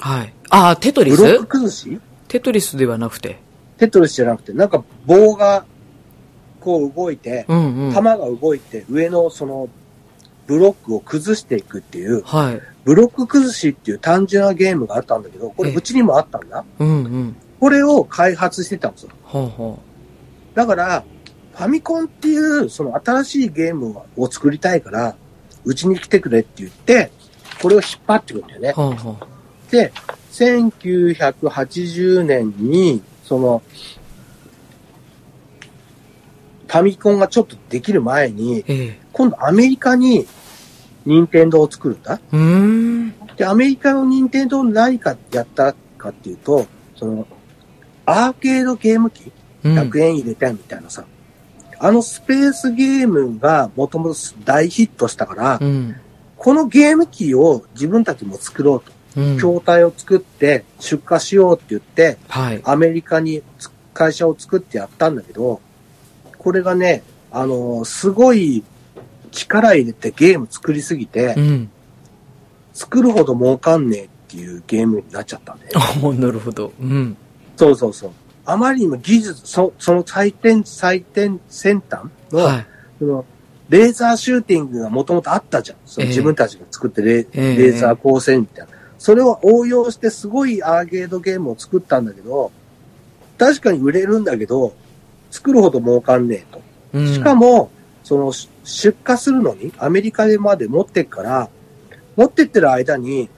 な。
はい。ああ、テトリ
ブロッ
ス
ク崩し
テトリスではなくて。
テトリスじゃなくて、なんか棒がこう動いて、
うんうん。
弾が動いて上のそのブロックを崩していくっていう、
はい。
ブロック崩しっていう単純なゲームがあったんだけど、これ
ええ
うちにもあったんだ。
うんうん。
これを開発してたんですよ。
ほうほ
だから、ファミコンっていうその新しいゲームを作りたいから、うちに来てくれって言って、これを引っ張ってくるんだよね
う。。ほうほう。
で、1980年に、その、ファミコンがちょっとできる前に、
ええ。
今度アメリカに任天堂を作るんだ。
うーん。
で、アメリカの任天堂何かやったかっていうと、その、アーケードゲーム機
うん。
100円入れたいみたいなさ、あのスペースゲームがもともと大ヒットしたから、
うん。
このゲーム機を自分たちも作ろうと。
うん。
筐体を作って出荷しようって言って、
はい。
アメリカにつ会社を作ってやったんだけど、これがね、あのーすごい力入れてゲーム作りすぎて
う、ん。
作るほど儲かんねえっていうゲームになっちゃったんだよ。
おーなるほど。うん。
そうそうそう。あまりにも技術、そその最点、最点先端の、
はい。
そのレーザーシューティングがもともとあったじゃん。そ
え
の
え
自分たちが作ってレ,、
ええ
レーザー光線みたいな。それを応用してすごいアーケードゲームを作ったんだけど、確かに売れるんだけど、作るほど儲かんねえと。
うん
しか。も、そのし出荷するのにアメリカまで持ってくから、持ってってる間に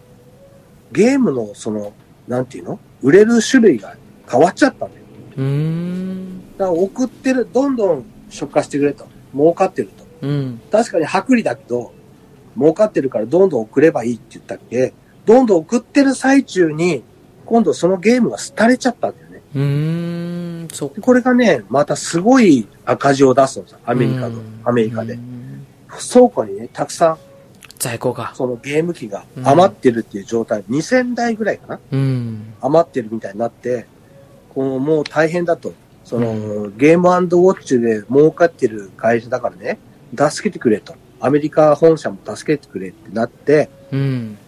ゲームのその、なんていうの売れる種類が変わっちゃったんだよ。
うーん。
だから送ってる、どんどん出荷してくれと。儲かってると。
うん。
確かに薄利だけど、儲かってるからどんどん送ればいいって言ったっけどんどん送ってる最中に、今度そのゲームが廃れちゃったんだよね。
うーん。そっか
でこれがね、またすごい赤字を出すのさ、アメリカ
う
の
ん、
アメリカ
う
で。
ん
倉庫にね、たくさん
在庫が。
そのゲーム機が余ってるっていう状態、2000台ぐらいかな
うん。
余ってるみたいになって、こうもう大変だと。その、
う
ゲームウォッチで儲かってる会社だからね、助けてくれと。アメリカ本社も助けてくれってなって、
うん。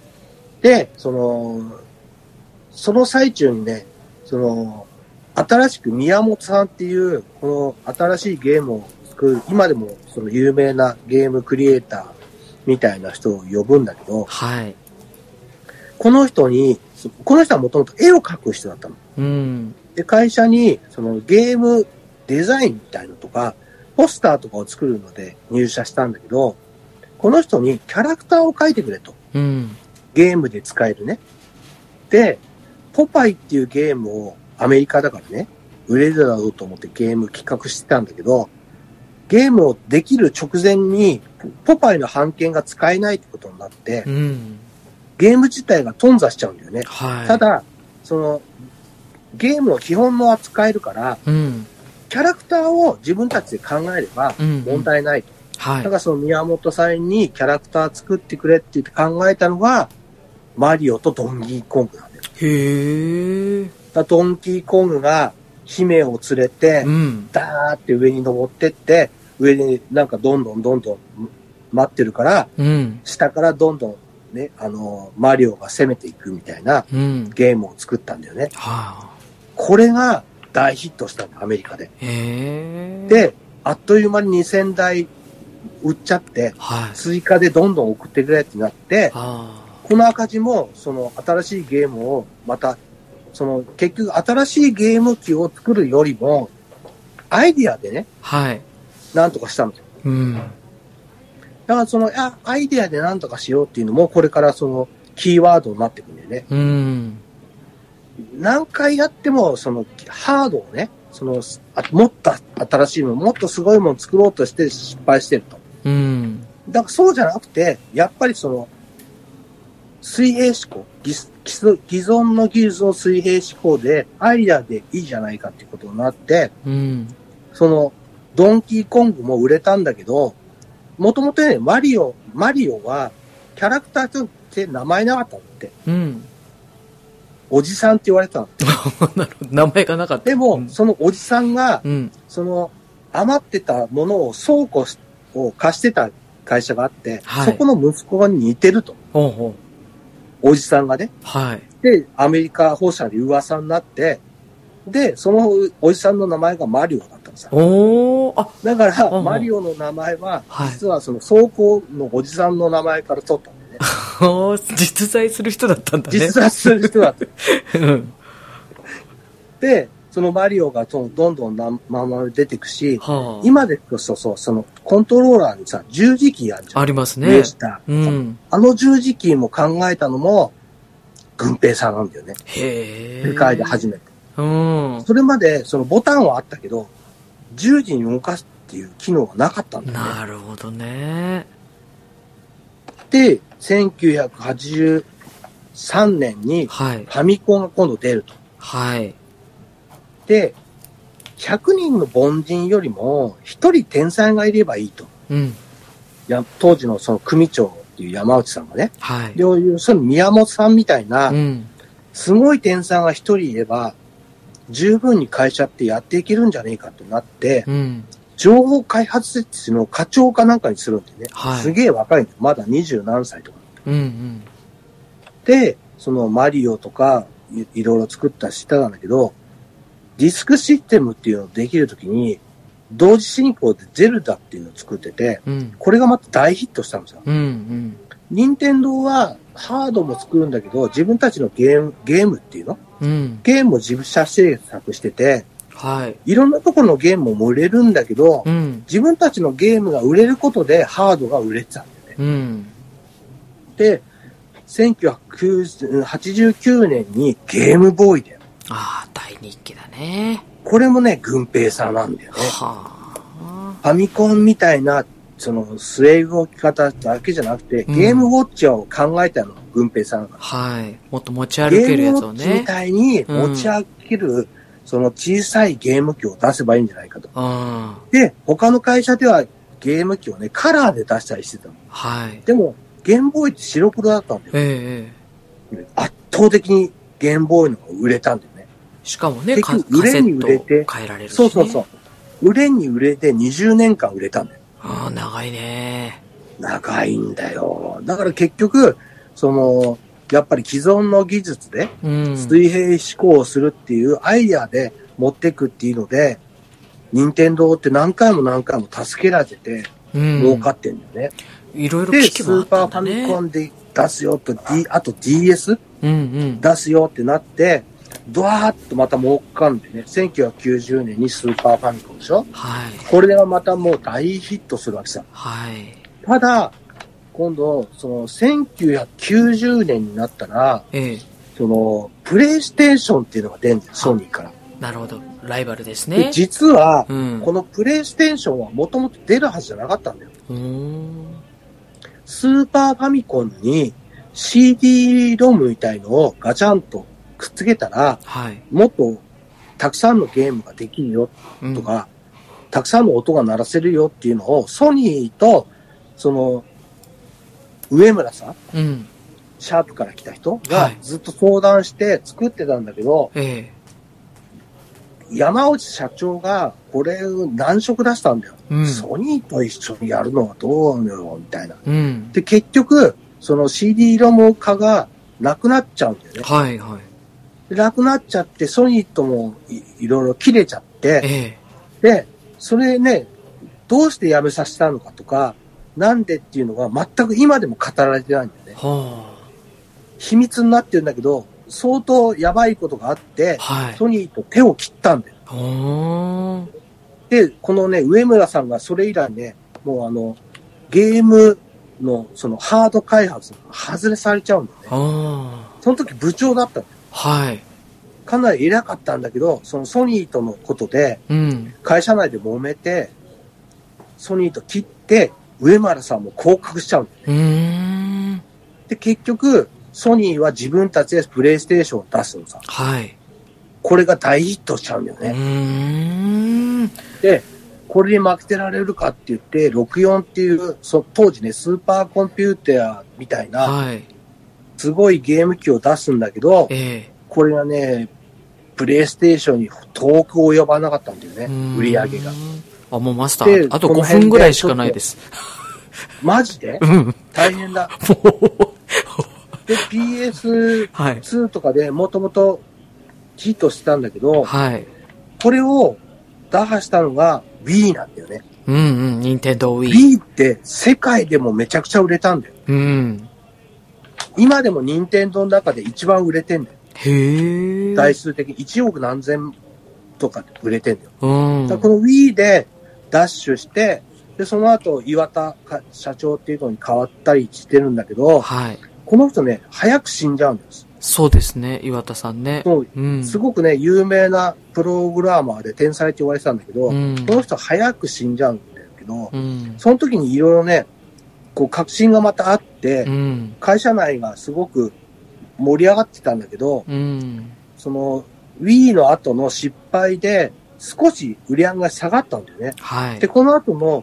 で、その、その最中にね、その、新しく宮本さんっていう、この新しいゲームを作る、今でもその有名なゲームクリエイターみたいな人を呼ぶんだけど、
はい。
この人に、そこの人はもともと絵を描く人だったの。
うん。
で、会社に、そのゲームデザインみたいのとか、ポスターとかを作るので入社したんだけど、この人にキャラクターを描いてくれと。
うん。
ゲームで使えるね。で、ポパイっていうゲームをアメリカだからね、売れるだろうと思ってゲーム企画してたんだけど、ゲームをできる直前に、ポパイの版権が使えないってことになって
う、ん。
ゲーム自体が頓挫しちゃうんだよね。
はい。
た、だ、その、ゲームの基本も扱えるから、
うん。
キャラクターを自分たちで考えれば
うん。
問題ないと。
は
だ
い
か。らその宮本さんにキャラクター作ってくれって言って考えたのが、マリオとドンキーコングなんだよ。
へえ。
だからドンキーコングが姫を連れて
う、ん。
ダーーって上に登ってって、上になんかどんどんどんどん待ってるから、
うん。
下からどんどんね、あの、マリオが攻めていくみたいな
うん。
ゲームを作ったんだよね。
はあ。
これが大ヒットしたんだ、アメリカで。
へえ。、
で、あっという間に2000台売っちゃって、
はい。
追加でどんどん送ってくれってなって、
あ
この赤字も、その新しいゲームを、また、その結局新しいゲーム機を作るよりも、アイディアでね、
あ。はい。
なんとかしたの。だ
うん。
からその、あアイディアでなんとかしようっていうのも、これからその、キーワードになってくんだよね。
うん。
何回やっても、その、ハードをね、その、あもっと新しいもの、もっとすごいもの作ろうとして失敗してると。
うん。
だからそうじゃなくて、やっぱりその、水平思考、ぎす既存既存の技術を水平思考で、アイデアでいいじゃないかっていうことになって、
うん。
その、ドンキーコングも売れたんだけど、もともとね、マリオ、マリオは、キャラクターとして名前なかったんだって、
うん。
おじさんって言われてたの。
なるほど。名前がなかった。
で
う
も、
ん
そのおじさんが、
うん。
その、余ってたものを倉庫を貸してた会社があって、
はい
そこの息子に似てると。
ほうほ
おじさんがね。
う。はい。
で、アメリカ放射で噂になって、で、そのおじさんの名前がマリオだったのさ。
おー。あ、
だから、
うんうん
マリオの名前は、
はい
実はその走行のおじさんの名前から取ったんだ よね。
ほう実在する人だったんだね。
実はする人だって。
うん。
で、そのマリオがどんどんどん名前出てくし、
はあ。
今でこそそう、そのコントローラーにさ、十字キーあるじゃん。
ありますね
上。下。
うん。
あの十字キーも考えたのも、軍平さんなんだよね。
へえ。
世界で初めて。
うん。
それまで、そのボタンはあったけど、十時に動かすっていう機能はなかったんだよね。
なるほどね。
で、1983年にフ
はい。
ァミコンが今度出ると。
はい。
で、100人の凡人よりも1人天才がいればいいと。
うん。
や当時のその組長っていう山内さんがね。
はい。
で、要するに宮本さんみたいうな、
ん。
すごい天才が1人いれば、十分に会社ってやっていけるんじゃねえかとなって、
うん。
情報開発設置の課長かなんかにするんでね。
はい
すげえ若いの。まだ二十何歳とか。
うん。うん。
で、そのマリオとかいいろいろ作ったしたんだけど、ディスクシステムっていうのをできるときに、同時進行でゼルダっていうのを作ってて、
うん。
これがまた大ヒットしたんですよ。
うん。うん。
任天堂はハードも作るんだけど、自分たちのゲーム、ゲームっていうの
うん。
ゲームを自社制作してて、
はい。
いろんなところのゲームも売れるんだけど、
うん。
自分たちのゲームが売れることでハードが売れてたんだよね。
うん。
で、1989年にゲームボーイだよ。
ああ、大人気だね。
これもね、軍平さんなんだよね。
は
ファミコンみたいな、その、据え動き方だけじゃなくて、
うん
ゲームウォッチャーを考えたのが軍平さん
あ。
が。
はい。もっと持ち歩
ゲ
ける
ー
や
ムウ
つ
ォ
を
ッチみ
ね。
たいに持ち上げる、その小さいゲーム機を出せばいいんじゃないかと。
うん。は
で、他の会社ではゲーム機をね、カラーで出したりしてたの。
い。
でも、ゲームボーイって白黒だったんだよ。
ええ。
圧倒的にゲームボーイの方が売れたんだよね。
しかもね、
結
カ
局
カセ
売れ
ッ
に売
ト
れて
変えられるし、ね。
そうそうそう。売れに売れて20年間売れたんだよ。
ああ、長いね。
長いんだよ。だから結局、その、やっぱり既存の技術で
うん。
水平思考をするっていうアイデアで持ってくっていうので、任天堂って何回も何回も助けられてて
うん。
儲かってんだよね。
いろいろ
で、
機器
ス
もあ
ー
っ
パ
た
ー
ん
フ
だ
ァミ
ね。
コンで出すよと、D、あと DS
うん
出すよってなって、ドワーッとまた儲かんでね、1990年にスーパーファミコンでし
う
ょ
ん。はい。
これがまたもう大ヒットするわけさ。
はい。
ただ、今度、その1990年になったら、
ええ。
その、プレイステーションっていうのが出るんだよ、ソニーから。
なるほど。ライバルです
で
ね。
実は
う、ん。
このプレイステーションはもともと出るはずじゃなかったんだよ。
うーん。
スーパーファミコンに CD ロムみたいのをガチャンとくっつけたら、
はい。
もっとたくさんのゲームができるよ
うん
とか、たくさんの音が鳴らせるよっていうのを、ソニーと、その、上村さん
うん。
シャープから来た人
は
が
い
ずっと相談して作ってたんだけど、
ええ。
山内社長がこれ難色出したんだよ。
うん。
ソニーと一緒にやるのはどうよ、みたいな。
うん。
で、結局、その CD 色も化がなくなっちゃうんだよね。
はいはい。
でなくなっちゃって、ソニーともいいろいろ切れちゃって、
え
で、それね、どうして辞めさせたのかとか、なんでっていうのが全く今でも語られてないんだよね
え。は
秘密になってるんだけど、相当やばいことがあって
あ。、はい。
ソニーと手を切ったんだよ。
は
で、このね、上村さんがそれ以来ね、もうあの、ゲームのそのハード開発、外れされちゃうんだよ
あ。
ね。
は
その時部長だったの
あ。はい。
かなり偉かったんだけど、そのソニーとのことで、
うん。
会社内で揉めて、ソニーと切って、上村さんも降格しちゃうんだよ。
うーん。
で、結局、ソニーは自分たちでプレイステーションを出すのさ。
はい。
これが大ヒットしちゃうんだよ
う
ね。
ーん。
で、これに負けてられるかって言って、64っていう、そ当時ね、スーパーコンピューターみたいな、
はい。
すごいゲーム機を出すんだけど、
え
これがね、プレイステーションに遠く及ばなかったんだよ
え
ね、売り上げが。。
あ、もうマスタ
で
ー、あと
この
5
辺で
分ぐらいしかないです。
マジで
うん。もう、
大変だ。で、PS2
はい。
とかでもともとヒットしてたんだけど、
はい。
これを打破したのが Wii なんだよね。
うんうん、ニンテンドー Wii。
Wii って世界でもめちゃくちゃ売れたんだよ。
うん。
今でも任天堂の中で一番売れてんだよ。
へえ。
台数的に1億何千とか売れてんだよ。
うん。
だからこの Wii でダッシュして、で、その後、岩田か社長っていうのに変わったりしてるんだけど、
はい。
この人ね、早く死んじゃうんです。
そうですね、岩田さんね。
もう
うん。
すごくね、有名なプログラマーで天才って言われてたんだけど、
うん
この人早く死んじゃうんだけど、
うん。
その時にいろいろね、こう、確信がまたあって、
うん。
会社内がすごく盛り上がってたんだけど、
うん。
その Wii の後の失敗で少し売り上げが下がったんだよね。
はい
で、。この後も、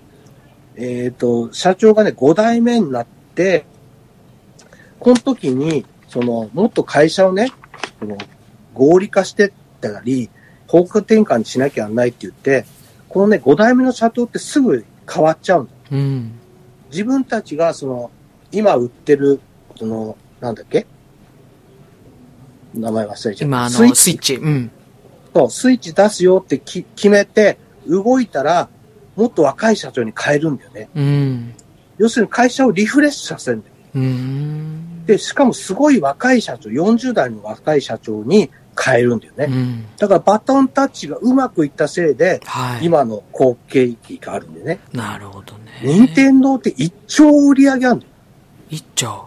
えっ、と、社長がね、5代目になって、この時に、その、もっと会社をね、その合理化してったり、方向転換にしなきゃなんないって言って、このね、5代目の社長ってすぐ変わっちゃうんだよ。
うん。
自分たちが、その、今売ってる、その、なんだっけ名前忘れちゃった。
今、あ
スイッ
の、
チ
スイッチ。うん。
そう、スイッチ出すよってき決めて、動いたら、もっと若い社長に変えるんだよね。
うん。
要するに会社をリフレッシュさせるんだよ。
うーん。
で、しかもすごい若い社長、40代の若い社長に変えるんだよ
う
ね。
ん。
だからバトンタッチがうまくいったせいで、
はい。
今の後継機があるんだよね。
なるほどね。
任天堂って1兆売り上げあるんだよ。
一丁。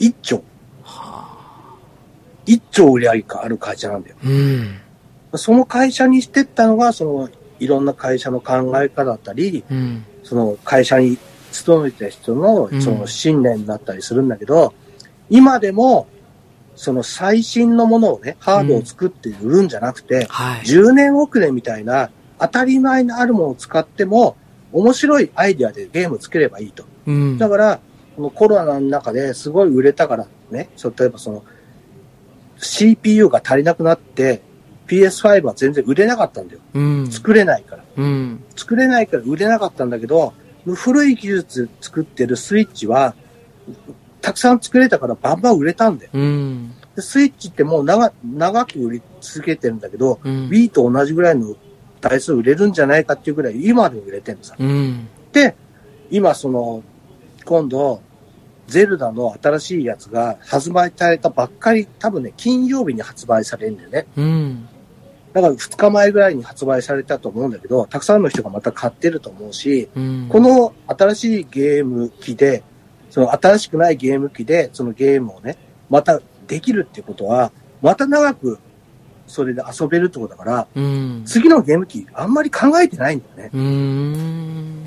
1兆。
はあ。
1兆売り上げがある会社なんだよ。
うん。
その会社にしてったのが、その、いろんな会社の考え方だったり、
うん。
その会社に勤めてた人の
うん
その信念だったりするんだけど、今でもその最新のものをね、ハードを作って売るんじゃなくて、
はい。
10年遅れみたいな当たり前のあるものを使っても、面白いアイデアでゲーム作ればいいと。
うん。
だから、このコロナの中ですごい売れたからね、そう例えばその CPU が足りなくなって PS5 は全然売れなかったんだよ。
うん。
作れないから。
うん。
作れないから売れなかったんだけど、古い技術作ってるスイッチは、たくさん作れたからバンバン売れたんだよ。
うん。
でスイッチってもう長長く売り続けてるんだけど、
うん。
Wii と同じぐらいの台数売れるんじゃないかっていうぐらい今でも売れてるのさ。
うん。
で、今その、今度、ゼルダの新しいやつが発売されたばっかり、多分ね、金曜日に発売されるんだよね。
うん。
だから2日前ぐらいに発売されたと思うんだけど、たくさんの人がまた買ってると思うし、
うん。
こ、の新しいゲーム機で、その新しくないゲーム機で、そのゲームをね、またできるってことは、また長くそれで遊べるってことだから、
うん。
次のゲーム機あんまり考えてないんだよね。
うーん。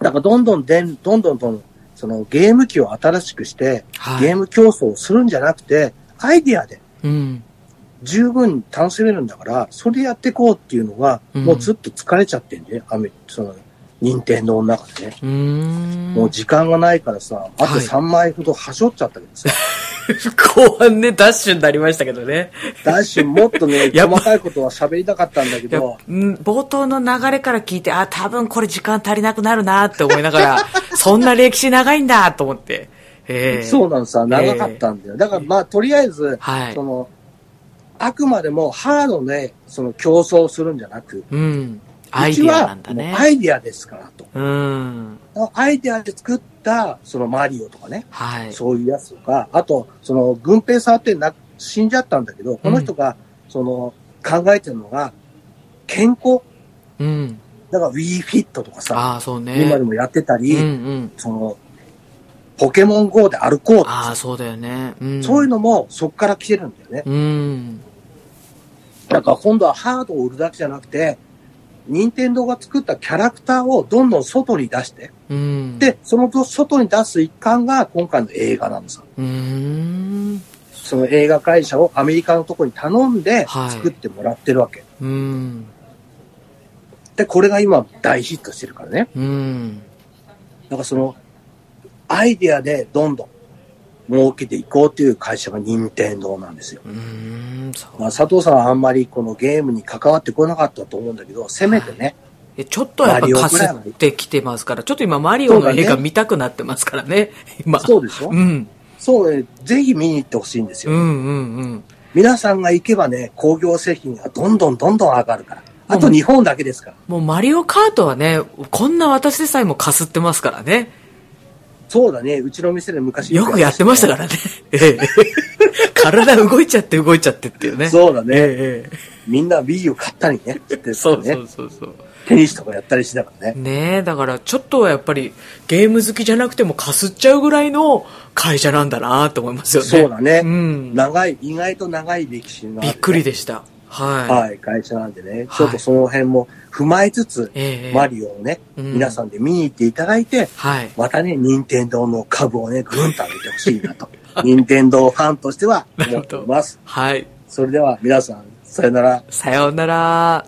だからどんどんでん、どんどんどんどん、そのゲーム機を新しくして、
はい。
ゲーム競争をするんじゃなくて、アイディアで
うん。
十分楽しめるんだから、それやってこうっていうのが、
うん
もうずっと疲れちゃってんだよ、あめその、任天堂の中でね。
うーん。
もう時間がないからさ、あと
はい
3枚ほどはしょっちゃったけどさ、
後半ね、ダッシュになりましたけどね。
ダッシュもっとね、
やっぱ
細かいことは喋りたかったんだけ
いや
ど、
うん冒頭の流れから聞いて、あ、多分これ時間足りなくなるなって思いながら、そんな歴史長いんだと思って。ええ
そうなのさ、長かったんだよ。だからまあ、とりあえず、
はい
そ。の、あくまでもハードで、その競争するんじゃなく、
うん。アイディアなんだ
うちはも
ね
う。アイディアですからと。
うん。
アイディアで作った、そのマリオとかね、
はい。
そういうやつとか、あと、その、軍平さんってな死んじゃったんだけど、この人が、その、考えてるのが、健康。
うん。
だから、WeFit とかさ、
ああ、そうね。
今でもやってたり、
うんうん。
その、ポケモン GO で歩こうとか
ああ、そうだよね。うん。
そういうのもそっから来てるんだよね。
うん。
だから今度はハードを売るだけじゃなくて、任天堂が作ったキャラクターをどんどん外に出して、
うん。、
で、その外に出す一環が今回の映画なのさ。
うーん。
その映画会社をアメリカのとこに頼んで
はい
作ってもらってるわけ。
うん。
で、これが今大ヒットしてるからね。
うん。
だからその、アイデアでどんどん儲けていこうっていう会社が任天堂なんですよ。
うーん。そ
ま
う
あ、佐藤さんはあんまりこのゲームに関わってこなかったと思うんだけど、せめてね、
えちょっとやっぱかすってきてますから、ちょっと今マリオの映
そうだ
画
ね
見たくなってますからね、 今。
そうでしょ
うん。
そうね、ぜひ見に行ってほしいんです
う
よ。
んうんうん。
皆さんが行けばね、工業製品がどんどんどんどん上がるから。あ
う
と
ん
日本だけですから。
もうマリオカートはね、こんな私でさえもかすってますからね。
そうだね、うちの店で昔
よくやってましたからね。ええ。 体動いちゃって動いちゃってっていうね。う。
そうだ
え
ね。
え
みんな Wii を買ったりね、つってね
そうそうそうそう。
テニスとかやったりしながらね。
ねえ、だからちょっとはやっぱりゲーム好きじゃなくてもかすっちゃうぐらいの会社なんだなと思いますよね。
そうだね
うん。
長い、意外と長い歴史のあ
び
る
っくりでした。はい。
はい、会社なんでね、ちょっとその辺も踏まえつつ、
ええ
マリオをね、
うん
皆さんで見に行っていただいて、
はい。
またね、任天堂の株をね、ぐんと上げてほしい なと、任天堂ファンとしては思っております。
はい。
それでは皆さん、さよなら。
さようなら。